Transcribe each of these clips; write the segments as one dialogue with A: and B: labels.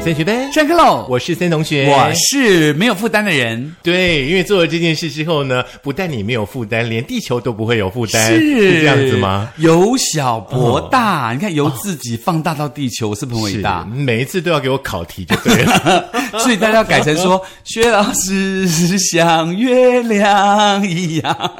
A: 森学班，
B: 上课喽！
A: 我是森同学，
B: 我是没有负担的人，
A: 对，因为做了这件事之后呢，不但你没有负担，连地球都不会有负担，
B: 是
A: 这样子吗？？哦
B: 由小博大，你看由自己放大到地球，是不是很伟大
A: 是？每一次都要给我考题就对了。 哦
B: 所以大家要改成 说“薛老师像月亮一样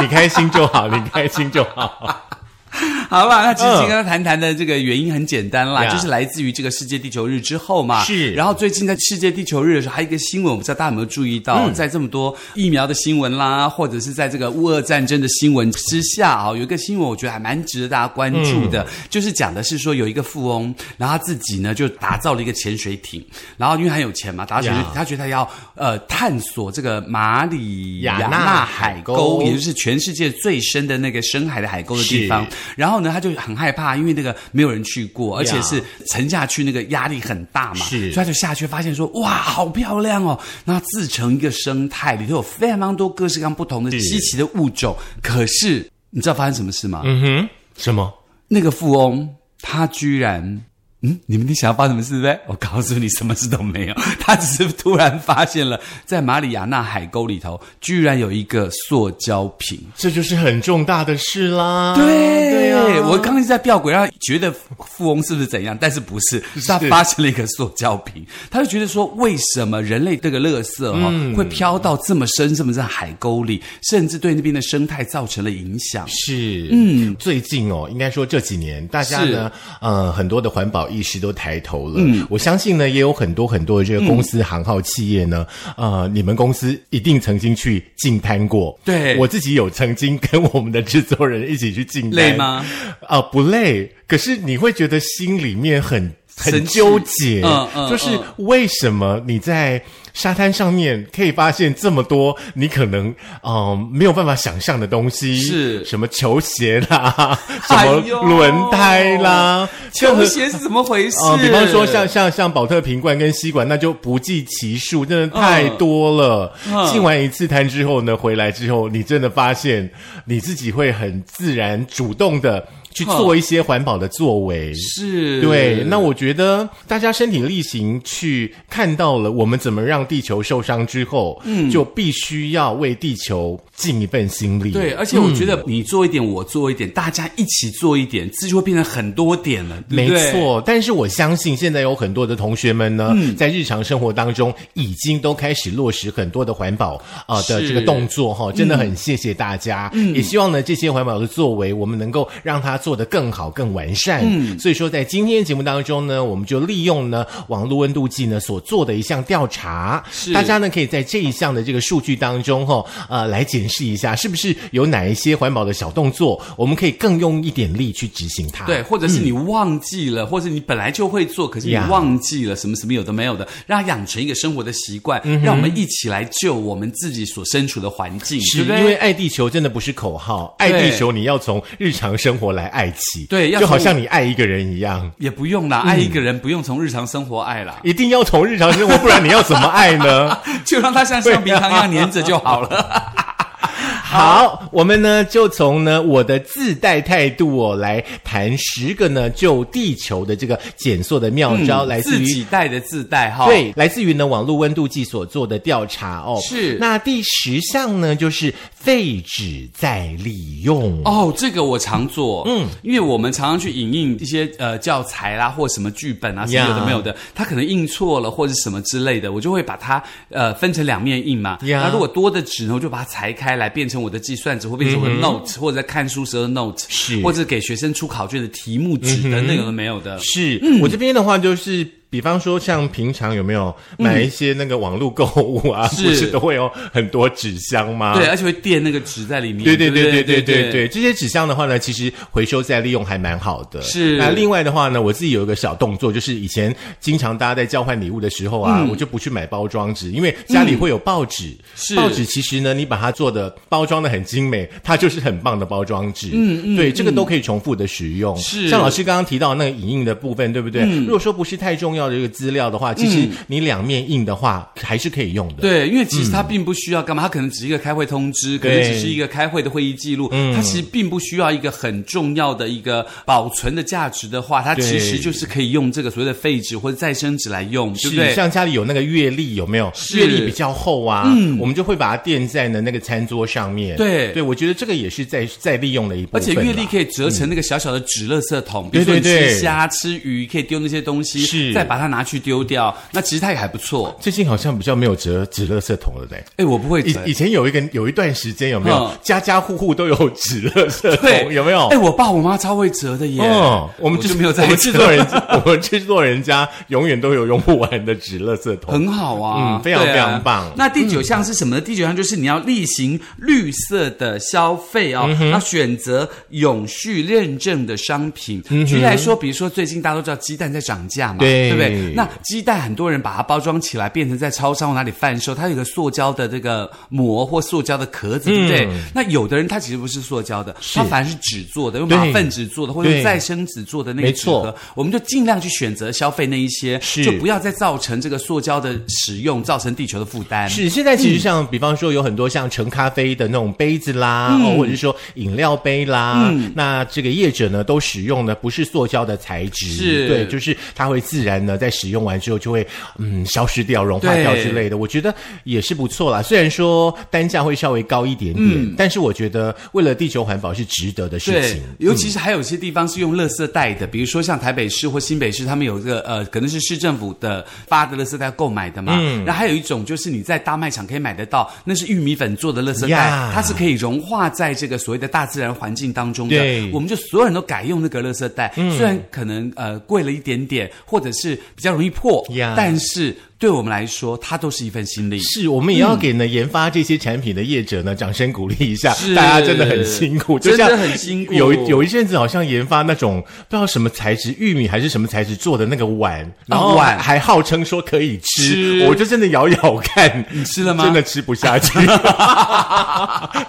A: 你开心就好，你开心就好。”。
B: 好了，那其实今天谈谈的这个原因很简单啦，
A: 呀
B: 就是来自于这个世界地球日之后嘛。
A: 是
B: 然后最近在世界地球日的时候，还有一个新闻，我不知道大家有没有注意到，在这么多疫苗的新闻啦，或者是在这个乌俄战争的新闻之下啊、有一个新闻我觉得还蛮值得大家关注的，就是讲的是说有一个富翁，然后他自己呢就打造了一个潜水艇，然后因为很有钱嘛，打潜水
A: 呀
B: 艇，他觉得他要呃探索这个马里
A: 亚
B: 亚
A: 纳
B: 纳
A: 海
B: 海
A: 沟
B: 沟，也就是全世界最深的那个深海的海沟的地方
A: 是。
B: 然后呢，他就很害怕，因为那个没有人去过，而且
A: 呀
B: 是沉下去，那个压力很大嘛，
A: 是
B: 所以他就下去发现说，哇，好漂亮哦！那自成一个生态，里头有非常非常多各式各样不同的
A: 是
B: 稀奇的物种。可是你知道发生什么事吗？
A: 嗯哼，什么？
B: 那个富翁他居然。嗯，你们你想要发生什么事呗？我告诉你，什么事都没有。他只是突然发现了，在马里亚纳海沟里头，居然有一个塑胶瓶。
A: 这就是很重大的事啦。
B: 对，
A: 对啊，
B: 哎我刚刚一直在吊诡，让他觉得富翁是不是怎样，但是不是，是他发现了一个塑胶瓶，他就觉得说，为什么人类这个垃圾哦、
A: 嗯
B: 会飘到这么深、这么深的海沟里，甚至对那边的生态造成了影响？
A: 是，嗯，最近哦，应该说这几年，大家呢，呃，很多的环保意识都抬头了。
B: 嗯
A: 我相信呢，也有很多很多的这个公司、行号、企业呢，呃，你们公司一定曾经去进摊过。
B: 对
A: 我自己有曾经跟我们的制作人一起去进摊，
B: 累吗？
A: 啊、不累，可是你会觉得心里面很。很
B: 生气
A: 纠结，
B: 嗯嗯
A: 就是
B: 嗯
A: 为什么你在沙滩上面可以发现这么多你可能嗯、呃没有办法想象的东西？
B: 是
A: 什么球鞋 啦，什
B: 哎
A: 么
B: 呦
A: 轮胎啦，任
B: 哎球
A: 何
B: 鞋是怎么回事？
A: 呃，比方说像像像保特瓶罐跟吸管，那就不计其数，真的太多了。
B: 嗯
A: 进完一次摊之后呢，回来之后，你真的发现你自己会很自然主动的去
B: 嗯
A: 做一些环保的作为。
B: 是，
A: 对，那我觉得大家身体力行去看到了我们怎么让地球受伤之后，嗯，就必须要为地球尽一份心力。
B: 对，而且我觉得你做一点，我做一点，大家一起做一点，这就会变成很多点了，对
A: 没
B: 不对。
A: 错，但是我相信现在有很多的同学们呢，
B: 嗯
A: 在日常生活当中已经都开始落实很多的环保啊、呃的
B: 是嗯
A: 这个动作哈、真的很谢谢大家，也希望呢这些环保的作为，我们能够让它做得更好、更完善。
B: 嗯
A: 所以说在今天节目当中呢，我们就利用呢网络温度计呢所做的一项调查，
B: 是
A: 大家呢可以在这一项的这个数据当中哈、呃来检视一下，是不是有哪一些环保的小动作，我们可以更用一点力去执行它。
B: 对，。或者是你忘记了，或者你本来就会做，可是你
A: 嗯呀
B: 忘记了什么什么有的没有的，让它养成一个生活的习惯，
A: 嗯
B: 让我们一起来救我们自己所身处的环境，
A: 是
B: 对不对？
A: 因为爱地球真的不是口号，爱地球你要从日常生活来爱起，
B: 对要
A: 就
B: 从
A: 好像你爱一个人一样，
B: 也不用
A: 嗯
B: 啦，爱一个人不用从日常生活 爱啦，
A: 一定要从日常生活，不然你要怎么爱 呢？
B: 就让它像橡皮糖一样粘着就 好了。
A: 好，我们呢就从呢我的自带态度哦来谈十个呢救地球的这个减塑的妙招，来自
B: 嗯 自
A: 于
B: 己带的自带哈，
A: 对，来自于呢网络温度计所做的调查哦。
B: 是
A: 那第十项呢就是废纸再利用
B: 哦，这个我常做，嗯，因为我们常常去影印一些呃教材啦，或什么剧本啊，什么有
A: 呀
B: 的没有的，它可能印错了或者什么之类的，我就会把它呃分成两面印嘛。
A: 呀
B: 那如果多的纸呢，我就把它裁开来变成我的计算纸，或变成我的 note，、或者在看书时候的 note，
A: 嗯是嗯
B: 或者给学生出考卷的题目纸等等，有的没有的。
A: 是、
B: 嗯
A: 我这边的话，就是比方说像平常有没有买一些那个网络购物啊，
B: 嗯是
A: 不是都会有很多纸箱吗？
B: 对，。而且会垫那个纸在里面。
A: 对对
B: 对
A: 对对对
B: 对
A: 对对，这些纸箱的话呢，其实回收再利用还蛮好的。
B: 是
A: 那另外的话呢，我自己有一个小动作，就是以前经常大家在交换礼物的时候啊，
B: 嗯
A: 我就不去买包装纸，因为家里会有报纸。
B: 是
A: 报纸其实呢，你把它做的包装的很精美，它就是很棒的包装纸。嗯嗯，对，这个都可以重复的使用。
B: 是嗯
A: 像老师刚刚提到那个影印的部分，对不对？如果说不是太重要。要的一个资料的话，其实你两面印的话还是可以用的。嗯
B: 对，因为其实它并不需要干嘛，它可能只是一个开会通知，可能只是一个开会的会议记录，它其实并不需要一个很重要的一个保存的价值的话，它其实就是可以用这个所谓的废纸或者再生纸来用，对不
A: 是
B: 对？
A: 像家里有那个月历有没有？月历比较厚啊，我们就会把它垫在呢那个餐桌上面。
B: 嗯对
A: 对我觉得这个也是在在利用的一部
B: 而
A: 分啦。啊
B: 且月历可以折成那个小小的纸垃圾桶，比如说
A: 对
B: 你
A: 对对
B: 吃虾、吃鱼，可以丢那些东西，
A: 是
B: 再把它拿去丢掉。那其实它也还不错。
A: 最近好像比较没有折纸垃圾桶了嘞。
B: 哎，我不会折
A: 以以前有一个有一段时间有没有、
B: 嗯
A: 家家户户都有纸垃圾
B: 对
A: 桶有没有？
B: 哎，我爸我妈超会折的耶。
A: 嗯，我们
B: 我
A: 制
B: 就没有在
A: 我们
B: 折
A: 制作人， 我们制作人家永远都有用不完的纸垃圾桶。
B: 很好啊，
A: 嗯非常
B: 对啊
A: 非常棒
B: 那第九项是什么呢？第九项就是你要例行绿色的消费哦，
A: 嗯
B: 要选择永续认证的商品。举例来说，比如说最近大家都知道鸡蛋在涨价嘛，
A: 嗯对
B: 不对？那鸡蛋很多人把它包装起来，变成在超商或哪里贩售，它有一个塑胶的这个膜或塑胶的壳子，对不对？
A: 嗯
B: 那有的人他其实不是塑胶的，它反而是纸做的，用
A: 对
B: 马粪纸做的，或者用
A: 对
B: 再生纸做的那个
A: 没
B: 纸
A: 错
B: 盒，我们就尽量去选择消费那一些，
A: 是
B: 就不要再造成这个塑胶的使用，造成地球的负担。
A: 是，现在其实像，比方说有很多像盛咖啡的那种杯子啦，
B: 嗯
A: 哦或者是说饮料杯啦，那这个业者呢都使用的不是塑胶的材质，
B: 是
A: 对，就是它会自然呢在使用完之后就会嗯消失掉、融化掉
B: 对
A: 之类的，我觉得也是不错啦。虽然说单价会稍微高一点点，但是我觉得为了地球环保是值得的事
B: 嗯对
A: 情。，
B: 尤其是还有些地方是用垃圾袋的，比如说像台北市或新北市，他们有一个呃，可能是市政府的发的垃圾袋购买的嘛。嗯。那还有一种就是你在大卖场可以买得到，那是玉米粉做的垃圾袋
A: 呀，
B: 它是可以融化在这个所谓的大自然环境当中
A: 对
B: 的。
A: 嗯
B: 我们就所有人都改用那个垃圾袋，虽然可能呃贵了一点点，或者是比较容易破
A: 呀
B: 但是对我们来说，它都是一份心力。
A: 是我们也要给呢、研发这些产品的业者呢掌声鼓励一下
B: 嗯是，
A: 大家真的很辛苦，
B: 真的
A: 就像
B: 很辛苦
A: 有一有一阵子好像研发那种不知道什么材质，玉米还是什么材质做的那个碗，
B: 哦
A: 然后
B: 碗
A: 还号称说可以吃，
B: 吃
A: 我就真的咬咬看，你
B: 吃了吗
A: 真的吃不下 去，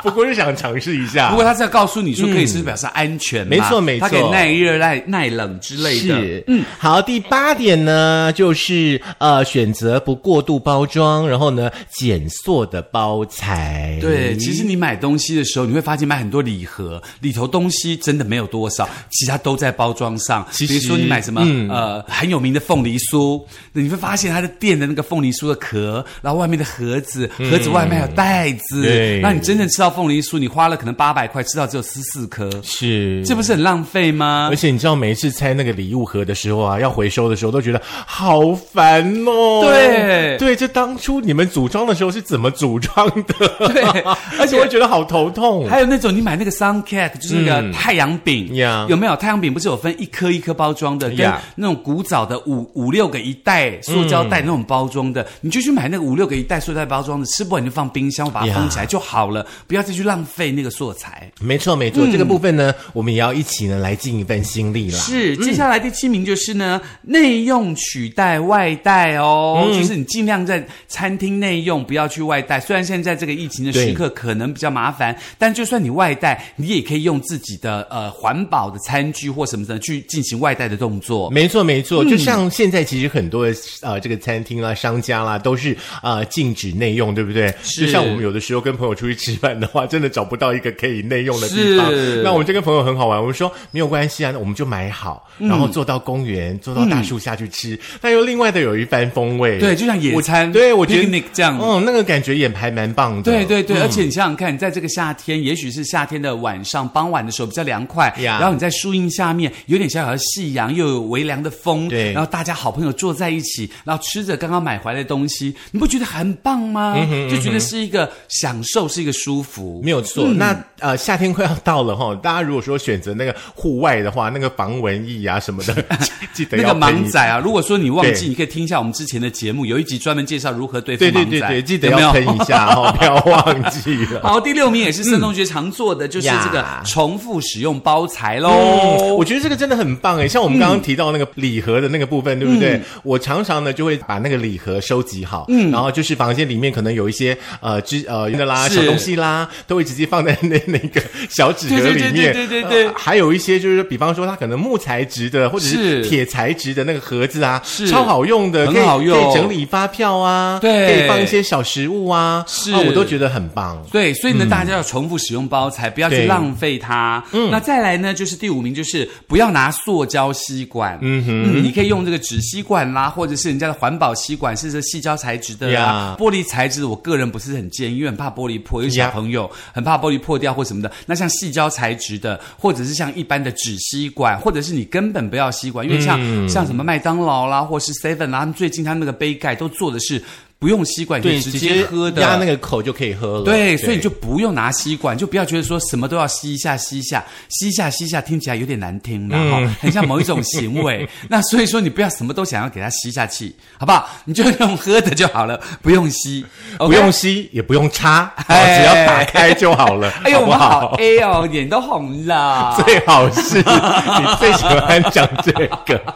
A: 不过是想尝试一下
B: 不。过他是要告诉你说可以吃，表示安全嘛、
A: 啊没错没错
B: 它可以耐热、耐耐冷之类的。
A: 是，嗯，好，第八点呢，就是呃，选择不过度包装，然后呢，减塑的包材。
B: 对，其实你买东西的时候，你会发现买很多礼盒，里头东西真的没有多少，其实它都在包装上。
A: 其实嗯
B: 比如说你买什么、呃很有名的凤梨酥，你会发现它的店的那个凤梨酥的壳，然后外面的盒子，盒子外面还有袋子。
A: 嗯对
B: 那你真正吃到凤梨酥，你花了可能八百块，吃到只有十四颗，
A: 是，
B: 这不是很浪费吗
A: 而？且你知道，每一次拆那个礼物盒的时候啊，要回收的时候，都觉得好烦哦。
B: 对
A: 对，这当初你们组装的时候是怎么组装的？
B: 对，而
A: 而
B: 且
A: 且我觉得好头痛。
B: 还有那种你买那个 sun cake，就是那个太阳饼，
A: 呀
B: 有没有？太阳饼不是有分一颗一颗包装的，跟
A: 呀
B: 那种古早的五五六个一袋塑胶袋那种包装的，你就去买那个五六个一袋塑胶袋包装的，吃不完你就放冰箱，把它
A: 呀
B: 封起来就好了，不要再去浪费那个素材。
A: 没错，没
B: 嗯
A: 错，这个部分呢，我们也要一起呢来尽一份心力啦。
B: 是，接下来第七名就是呢，内用取代外带哦，
A: 嗯
B: 就是你尽量在餐厅内用，不要去外带。虽然现在这个疫情的时刻可能比较麻烦，但就算你外带，你也可以用自己的呃环保的餐具或什么的去进行外带的动作。
A: 没错，没
B: 嗯
A: 错，就像现在其实很多的呃，这个餐厅啦、商家啦，都是呃禁止内用，对不对？
B: 是
A: 就像我们有的时候跟朋友出去吃饭的话，真的找不到一个可以内用的地方
B: 是。
A: 那我们就跟朋友很好玩，我们说没有关系啊，那我们就买好，
B: 嗯
A: 然后坐到公园、坐到大树下去吃，那又另外的有一番风味。
B: 对，就像野
A: 我
B: 餐，
A: 对我觉得
B: picnic 这样。
A: 嗯，那个感觉也还蛮棒的。
B: 对对对，而且你想想看，你在这个夏天，也许是夏天的晚上、傍晚的时候比较凉快，
A: 呀
B: 然后你在树荫下面有点小小的夕阳，又有微凉的风，
A: 对
B: 然后大家好朋友坐在一起，然后吃着刚刚买回来的东西，你不觉得很棒吗？
A: 嗯
B: 就觉得是一个享受，是一个舒服。
A: 没有错，那呃，夏天快要到了哈，大家如果说选择那个户外的 话，那个防蚊液啊什么的，记记得
B: 那
A: 要
B: 个
A: 喷一
B: 盲仔啊，如果说你忘记，
A: 对
B: 你可以听一下我们之前的节目，有一集专门介绍如何对付
A: 对对
B: 盲
A: 对
B: 仔，
A: 对，记得
B: 有没
A: 要
B: 有
A: 喷一下哦，不要忘记了。
B: 好，第六名也是森同学常做的，就是这个
A: 嗯呀
B: 重复使用包材喽。
A: 嗯，我觉得这个真的很棒诶，像我们刚刚提到那个礼盒的那个部分，对不
B: 嗯
A: 对？我常常呢就会把那个礼盒收集好，嗯，然后就是房间里面可能有一些呃之呃的啦
B: 是
A: 小东西啦，都会直接放在那那个小纸盒里面，
B: 对对对对对对
A: 呃还有一些就是比方说它可能木材质的或者
B: 是
A: 是铁材质的那个盒子啊，
B: 是
A: 超好用的，
B: 很
A: 可以
B: 好用
A: 可以整理发票啊，
B: 对
A: 可以放一些小食物啊，
B: 是
A: 啊我都觉得很棒。
B: 对，所以呢，大家要重复使用包材，不要去
A: 对
B: 浪费它。嗯，那再来呢，就是第五名，就是不要拿塑胶吸管。嗯哼，你可以用这个纸吸管啦，或者是人家的环保吸管，是这细胶材质的啦
A: 呀。
B: 玻璃材质，我个人不是很建议，因为很怕玻璃破，有些小
A: 呀
B: 朋友很怕玻璃破掉或什么的。那像细胶材质的，或者是像一般的纸吸管，或者是你根本不要吸管，因为像、
A: 嗯
B: 像什么麦当劳啦，或是 Seven 啦，他们最近他们那个杯盖都做的是。不用吸管，你可以
A: 对，
B: 直
A: 直
B: 接
A: 接
B: 喝的，
A: 压那个口就可以喝了。
B: 对，所以你就不用拿吸管，就不要觉得说什么都要吸一下、吸一下、吸一下、吸一下，听起来有点难听啦，
A: 嗯
B: 哈、很像某一种 行为。那所以说，你不要什么都想要给它吸下去，好不好？你就用喝的就好了，不用吸
A: 不
B: ，OK？
A: 用吸，也不用插，好
B: 哎
A: 只要打开就好了，
B: 哎
A: 好
B: 呦，我
A: 不
B: 们好
A: 好？
B: A 哦，脸都 红了。
A: 最好是你最喜欢讲这个。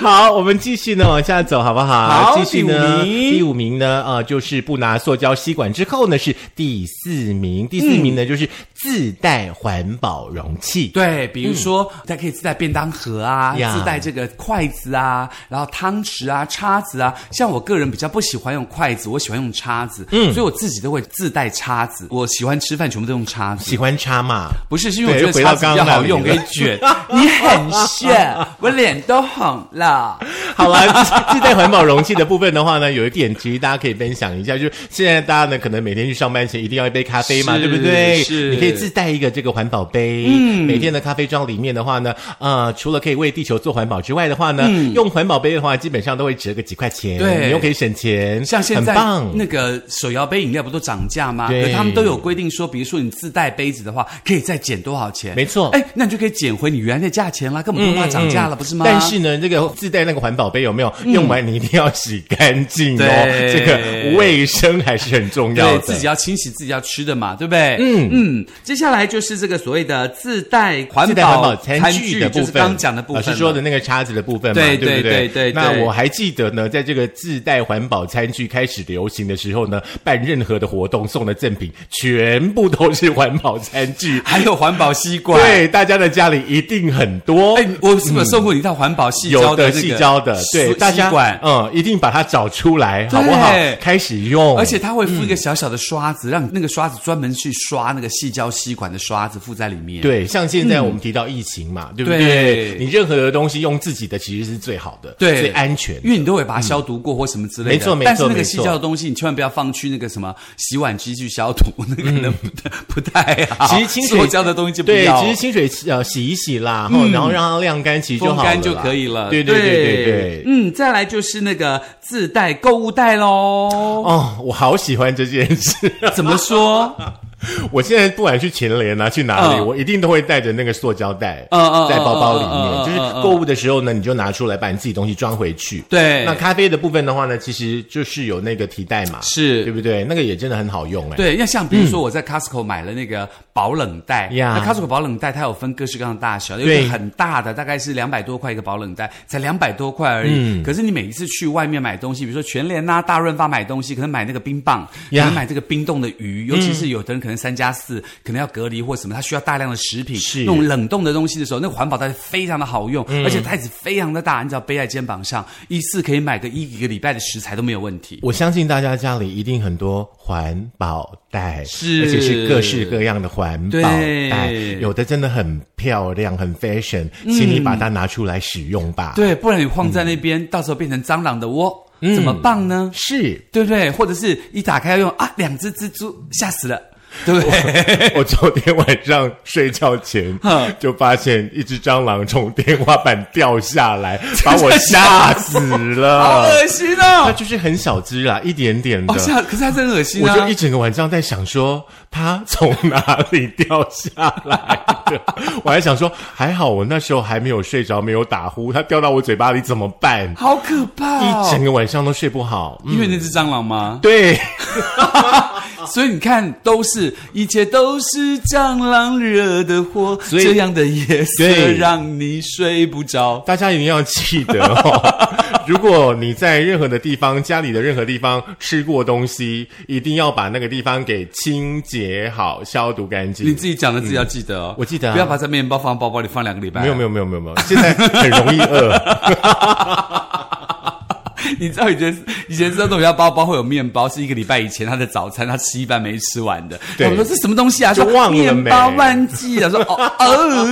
A: 好，我们继续呢往下走，好不好？
B: 好
A: 继续呢，
B: 第五名
A: 第五名呢，呃，就是不拿塑胶吸管之后呢，是第四名。第四名呢，就是自带环保容器。
B: 对，比如说，它可以自带便当盒啊，
A: 呀
B: 自带这个筷子啊，然后汤匙啊、叉子啊。像我个人比较不喜欢用筷子，我喜欢用叉子，嗯，所以我自己都会自带叉子。我喜欢吃饭，全部都用叉子。
A: 喜欢插嘛？
B: 不是，是因为我觉
A: 对
B: 得
A: 回
B: 叉
A: 到
B: 子比较
A: 刚刚
B: 好
A: 那
B: 用，
A: 里
B: 可以
A: 了
B: 卷。 你很炫，我脸都红了。
A: 好了，自自带环保容器的部分的话呢，有一点其实大家可以分享一下，就是现在大家呢可能每天去上班前一定要一杯咖啡嘛，
B: 是
A: 对不对？
B: 是
A: 你可以自带一个这个环保杯，嗯，每天的咖啡装里面的话呢，呃，除了可以为地球做环保之外的话呢，用环保杯的话，基本上都会折个几块钱，
B: 嗯对
A: 你又可以省钱，
B: 像现在
A: 很棒。
B: 那个手摇杯饮料不都涨价吗？
A: 对
B: 可他们都有规定说，比如说你自带杯子的话，可以再减多少钱？
A: 没错
B: 哎，那你就可以减回你原来的价钱啦，根本不用怕涨价了，不是吗？
A: 但是呢，这个自带那个环保杯有没有用完？你一定要洗干净哦，
B: 对
A: 这个卫生还是很重要
B: 对
A: 的。
B: 自己要清洗自己要吃的嘛，对不对？嗯嗯。接下来就是这个所谓的自带环
A: 自带环
B: 保
A: 保餐具的部
B: 就
A: 分，
B: 是刚讲的部分嘛，
A: 老师说的那个叉子的部分嘛，
B: 对
A: 对不
B: 对对对对，
A: 那我还记得呢，在这个自带环保餐具开始流行的时候呢，办任何的活动送的赠品全部都是环保餐具
B: 还有环保吸管。
A: 对，大家的家里一定很多。
B: 哎，我是不是有送过你一套环保细胶
A: 哦嗯有
B: 的
A: 的
B: 这个
A: 细胶的，对
B: 吸
A: 大家
B: 吸管？
A: 嗯，一定把它找出来，好不好
B: 对？
A: 开始用，
B: 而且它会附一个小小的刷子，让那个刷子专门去刷那个细胶吸管的刷子附在里面。，
A: 对，像现在我们提到疫情嘛，对不
B: 嗯对
A: 对？你任何的东西用自己的其实是最好的，
B: 对
A: 最安全的。嗯
B: 因为你都会把它消毒过或什么之类的。
A: 没错没错
B: 但是那个
A: 没
B: 细
A: 错
B: 胶的东西，你千万不要放去那个什么洗碗机去消毒，那个可能不太不太好。
A: 嗯其实清水
B: 塑胶的东西就不
A: 对，
B: 要。嗯
A: 其实清水呃洗一洗啦，然后然后让它晾干，其实就
B: 风
A: 好
B: 干
A: 了，
B: 就可以了，
A: 对对对对对。
B: 嗯，再来就是那个自带购物袋喽。
A: 哦，我好喜欢这件 事。
B: 怎么说？
A: 我现在不管去前联啊，去哪里，
B: 嗯
A: 我一定都会带着那个塑胶袋，
B: 嗯嗯嗯
A: 在包包里
B: 嗯嗯嗯
A: 面。就是购物的时候呢，你就拿出来，把你自己东西装回去。
B: 对
A: 那咖啡的部分的话呢，其实就是有那个提袋嘛，
B: 是
A: 对不对？那个也真的很好用哎、
B: 对，要像比如说我在 Costco 买了那个保冷袋，
A: 嗯呀
B: 那 Costco 保冷袋它有分各式各样的大小，有
A: 对
B: 一个很大的，大概是两百多块一个保冷袋，才两百多块而已。
A: 嗯
B: 可是你每一次去外面买东西，比如说全联呐、啊大润发买东西，可能买那个冰棒，可
A: 呀嗯
B: 能买这个冰冻的鱼，尤其是有的人可能三加四，可能要隔离或什么，他需要大量的食品，
A: 是嗯
B: 那种冷冻的东西的时候，那个环保袋非常的好用，而且袋子非常的大，你只要背在肩膀上，一次可以买个一一个礼拜的食材都没有问题。
A: 我相信大家家里一定很多环保袋，
B: 是
A: 而且是各式各样的环保袋
B: 对，嗯
A: 有的真的很漂亮，很 fashion，请你把它拿出来使用吧。
B: 对，不然你放在那
A: 嗯
B: 边，到时候变成蟑螂的窝，怎么办呢？
A: 是。
B: 对不对？或者是一打开要用啊，两只蜘蛛，吓死了。对不 对？
A: 我昨天晚上睡觉前
B: 哼
A: 就发现一只蟑螂从天花板掉下 来，把我吓死
B: 好
A: 了。
B: 恶心
A: 它
B: 哦！
A: 就是很小只啦，一点点的
B: 哦，。是啊，可是它真的恶心
A: 我
B: 啊！
A: 就一整个晚上在想说，它从哪里掉下来 的？我还想说，还好我那时候还没有睡着，没有打呼，它掉到我嘴巴里怎么办？
B: 好可怕、哦！
A: 一整个晚上都睡不好。嗯啊
B: 因为那只蟑螂吗？
A: 对，
B: 所以你看，都是一切都是蟑螂惹的祸，
A: 以
B: 这样的夜色
A: 对
B: 让你睡不着。
A: 大家一定要记得哦， 如果你在任何的地方，家里的任何地方吃过东西，一定要把那个地方给清洁好、消毒干
B: 你
A: 净。
B: 自己讲的，自己要记得哦。
A: 我记得啊
B: 不要把这面包放包包里放两个礼拜。
A: 没有没有没有没有没有，现在很容易饿，
B: 你知道以前以前这种要包包会有面包，是一个礼拜以前他的早餐，他吃一半没吃完的。
A: 对
B: 我们说这什么东西啊？
A: 就
B: 说
A: 忘了
B: 面包
A: 没
B: 忘记了，说哦 哦。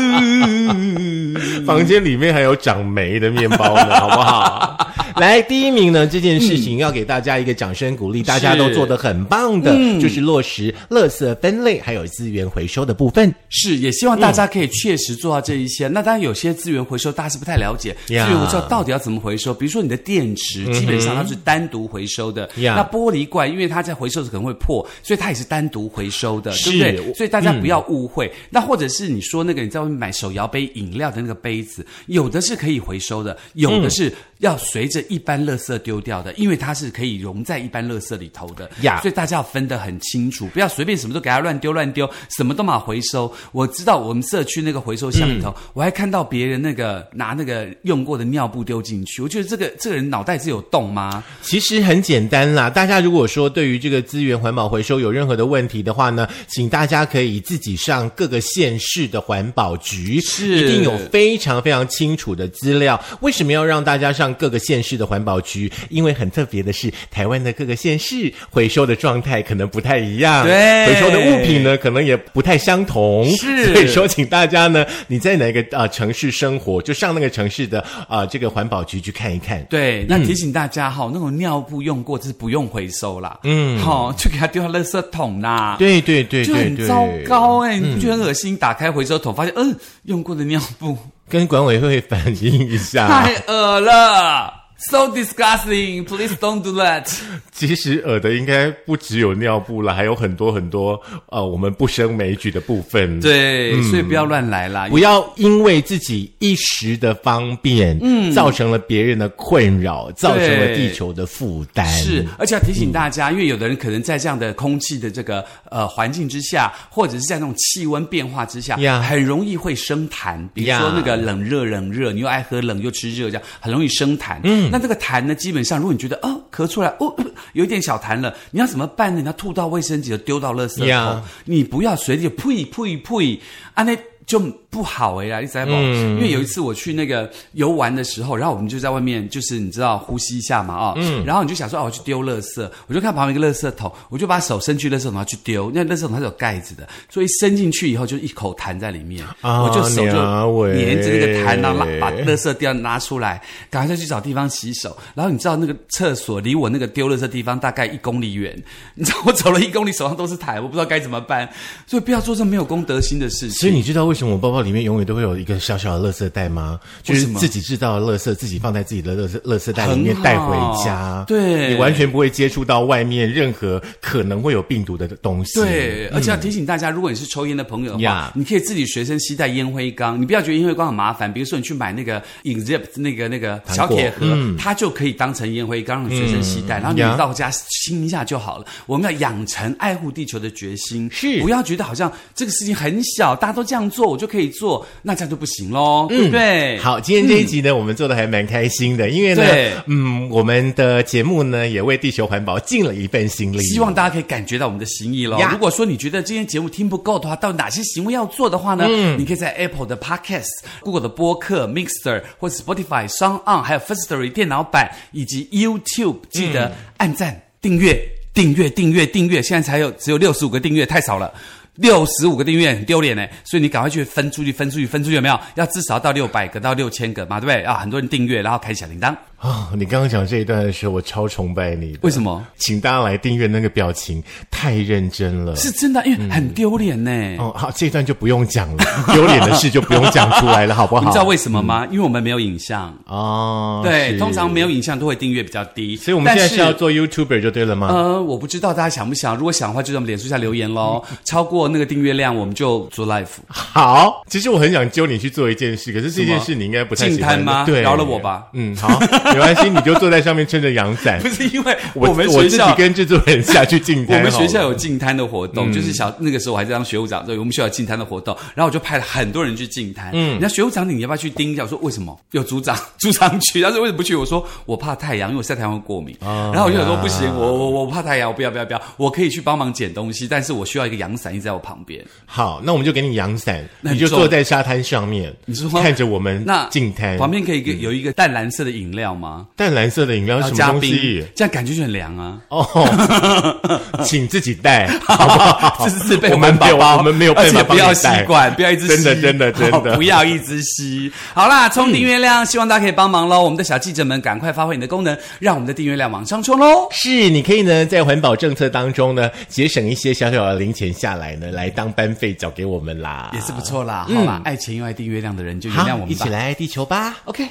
A: 房间里面还有长霉的面包 呢，好不好？来，第一名呢，这件事情要给大家一个掌声鼓励，大家都做得很棒的，就是落实垃圾分类还有资源回收的部分。
B: 是，也希望大家可以确实做到这一些。那当然，有些资源回收大家是不太了解，资
A: 呀
B: 源回收到底要怎么回收？比如说你的电池，基本上它是单独回收的。
A: 呀
B: 那玻璃罐，因为它在回收时可能会破，所以它也是单独回收的，
A: 是
B: 对不对？
A: 我
B: 所以大家不要误会。那或者是你说那个你在外面买手摇杯饮料的那个杯子，有的是可以回收的，有的是要随着一般垃圾丢掉的，因为它是可以融在一般垃圾里头的。
A: 呀
B: 所以大家要分得很清楚，不要随便什么都给它乱丢乱丢，什么都嘛回收。我知道我们社区那个回收箱里头，我还看到别人那个拿那个用过的尿布丢进去，我觉得这个这个人脑袋是有洞吗？
A: 其实很简单啦，大家如果说对于这个资源环保回收有任何的问题的话呢，请大家可以自己上各个县市的环保局，
B: 是
A: 一定有非常非常清楚的资料。为什么要让大家上各个县市的环保局？因为很特别的是，台湾的各个县市回收的状态可能不太一样，
B: 对
A: 回收的物品呢可能也不太相同，
B: 是
A: 所以说请大家呢，你在哪个呃城市生活，就上那个城市的啊、呃这个环保局去看一看。
B: 对，
A: 嗯
B: 那提醒大家哈、那种尿布用过这是不用回收啦，嗯，好、就给它丢到垃圾桶啦。
A: 对对对
B: 就
A: 对
B: 很
A: 对，嗯
B: 糟糕哎、你不觉得很恶心？打开回收桶，发现嗯，用过的尿布
A: 跟管委会反映一下
B: 太。恶了，so disgusting。Please don't do that。
A: 其实耳的应该不只有尿布啦，还有很多很多呃，我们不胜枚举的部分。。
B: 对，
A: 嗯
B: 所以不要乱来啦。
A: 不要因为自己一时的方便，嗯，造成了别人的困扰，造成了地球的负担。
B: 是，，而且要提醒大
A: 嗯
B: 家，因为有的人可能在这样的空气的这个呃环境之下，或者是在那种气温变化之下
A: 呀
B: 很容易会生痰。比如说
A: 呀
B: 那个冷热冷热，你又爱喝冷又吃热，这样很容易生痰。嗯，那这个痰呢，基本上如果你觉得哦咳出来哦 有一点小痰了，你要怎么办呢？你要吐到卫生纸，丢到垃圾桶
A: 呀。
B: 你不要随地呸呸呸啊那。就不好哎、呀，一直在跑。因为有一次我去那个游玩的时候，然后我们就在外面，就是你知道呼吸一下嘛啊、然后你就想说哦，我去丢垃圾，我就看旁边一个垃圾桶，我就把手伸去垃圾桶然后去丢，那垃圾桶它是有盖子的，所以伸进去以后就一口痰在里面，
A: 啊
B: 我就手
A: 娘
B: 就
A: 喂
B: 黏着那个痰，然后拉把垃圾掉拿出来，赶快再去找地方洗手。然后你知道那个厕所离我那个丢垃圾地方大概一公里远，你知道我走了一公里，手上都是痰，我不知道该怎么办，所以不要做这没有公德心的事情。
A: 所以你知道为什么我包包里面永远都会有一个小小的垃圾袋吗？就
B: 为
A: 是
B: 什么
A: 自己制造的垃圾，自己放在自己的垃圾垃圾袋里
B: 很
A: 面
B: 好啊
A: 带回家，
B: 对
A: 你完全不会接触到外面任何可能会有病毒的东西。嗯
B: 对，而且要提醒大家，如果你是抽烟的朋友的话
A: 呀，
B: 你可以自己随身携带烟灰缸。你不要觉得烟灰缸很麻烦，比如说你去买那个 Inzip 那个那个小
A: 糖果嗯
B: 铁盒，它就可以当成烟灰缸，让你随身携带，然后你
A: 呀
B: 到家清一下就好了。我们要养成爱护地球的决心，
A: 是
B: 不要觉得好像这个事情很小，大家都这样做，我就可以做，那这样就不行喽，
A: 嗯
B: 对不对？
A: 好，今天这一集呢，我们做的还蛮开心的，因为呢
B: 对，
A: 嗯，我们的节目呢也为地球环保尽了一份心力。
B: 希望大家可以感觉到我们的心意喽。
A: 呀
B: 如果说你觉得今天节目听不够的话，到底哪些行为要做的话呢？你可以在 Apple 的 Podcast、Google 的播客、Mixer 或者 Spotify、s o n On，还有 Firstory 电脑版以及 YouTube，记得按赞、订阅、订阅、订阅、订阅。现在才有只有六十五个订阅，太少了。六十五个订阅很丢脸哎，所以你赶快去分出去，分出去，分出去有没有？要至少到六百个到六千个嘛，对不对？啊，很多人订阅，然后开小铃铛。
A: 啊、你刚刚讲这一段的时候，我超崇拜你的。
B: 为什么？
A: 请大家来订阅那个表情，太认真了。
B: 是真的，因为很丢脸呢、
A: 哦，好，这一段就不用讲了， 丢脸的事就不用讲出来了，好不好？嗯
B: 你知道为什么吗？因为我们没有影像，
A: 哦，
B: 对，
A: 是
B: 通常没有影像都会订阅比较低。
A: 所以我们现在
B: 但
A: 是要做 YouTuber 就对了吗？
B: 呃，我不知道大家想不想，如果想的话，就在我们脸书下留言喽。
A: 嗯
B: 超过那个订阅量，我们就做 live。
A: 好，其实我很想揪你去做一件事，可是这件事你应该不太喜欢
B: 什么净滩吗
A: 对，
B: 饶了我吧。
A: 嗯，好，没关系，你就坐在上面撑着阳伞
B: 不。是因为
A: 哎 我
B: 我们
A: 我
B: 学
A: 自己
B: 校。
A: 跟制作人下去进
B: 我
A: 滩好了。嗯
B: 们学校有进摊的活动，就是小那个时候我还在当学务长，所以我们学校有进摊的活动，然后我就派了很多人去进摊。嗯，人家学务长你要不要去盯一下？我说为什么？有组长， 组长去，他说为什么不去？我说我怕太阳，因为我晒太阳会过敏。
A: 啊
B: 然后我就想说不行，我我我怕太阳，我不要不要不要，我可以去帮忙捡东西，但是我需要一个阳伞一直在我旁边。
A: 好，那我们就给你阳伞，
B: 那你
A: 你就
B: 坐
A: 坐在沙滩上面，
B: 你说
A: 看着我们
B: 那
A: 嗯进滩。
B: 旁边可以一个有一个淡蓝色的饮料吗？
A: 淡蓝色的饮料
B: 然
A: 是
B: 后
A: 什
B: 加
A: 么东
B: 冰
A: 西？，
B: 这样感觉就很凉啊。
A: 哦，请自己带，好不 好？
B: 这是被
A: 我们没有，我们没有
B: 而
A: 办
B: 且
A: 法
B: 不
A: 帮
B: 要
A: 你
B: 吸
A: 带。
B: 管，不要一直吸，
A: 真的真的真的 嗯
B: 好不要一直吸。好啦，冲订阅量，希望大家可以帮忙喽。我们的小记者们，赶快发挥你的功能，让我们的订阅量往上冲喽。
A: 是，你可以呢，在环保政策当中呢，节省一些小小的零钱下来呢，来当班费缴给我们啦。
B: 也是不错啦，嗯好啦，爱钱又爱订阅量的人就原谅我
A: 好，
B: 们
A: 一
B: 吧
A: 起。来爱地球吧。
B: OK，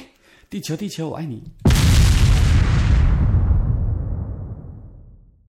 B: 地球地球，我爱你。